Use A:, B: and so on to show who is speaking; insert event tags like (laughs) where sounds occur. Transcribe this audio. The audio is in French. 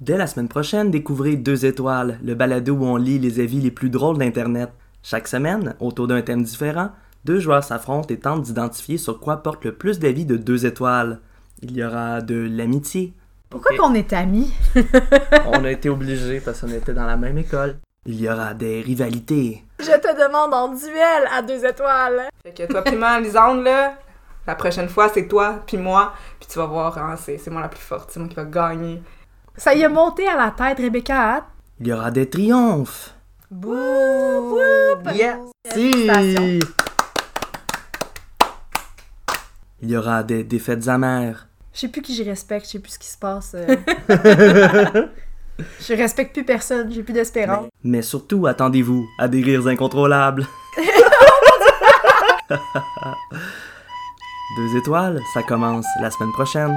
A: Dès la semaine prochaine, découvrez Deux étoiles, le balado où on lit les avis les plus drôles d'Internet. Chaque semaine, autour d'un thème différent, deux joueurs s'affrontent et tentent d'identifier sur quoi porte le plus d'avis de deux étoiles. Il y aura de l'amitié.
B: Pourquoi
A: Et-
B: qu'on est amis?
A: (laughs) On a été obligés parce qu'on était dans la même école. Il y aura des rivalités.
B: Je te demande en duel à deux étoiles.
C: Fait que toi pis moi, Lisande, là, la prochaine fois, c'est toi puis moi, puis tu vas voir, hein, c'est c'est moi la plus forte, c'est moi qui va gagner.
B: Ça y est monté à la tête, Rebecca Hatt.
A: Il y aura des triomphes.
B: Bouh!
A: Yes!
B: Félicitations.
A: Il y aura des défaites amères.
B: Je sais plus qui je respecte, je sais plus ce qui se passe. euh. je respecte plus personne, j'ai plus d'espérance.
A: Mais surtout, attendez-vous à des rires incontrôlables. Deux étoiles, ça commence la semaine prochaine.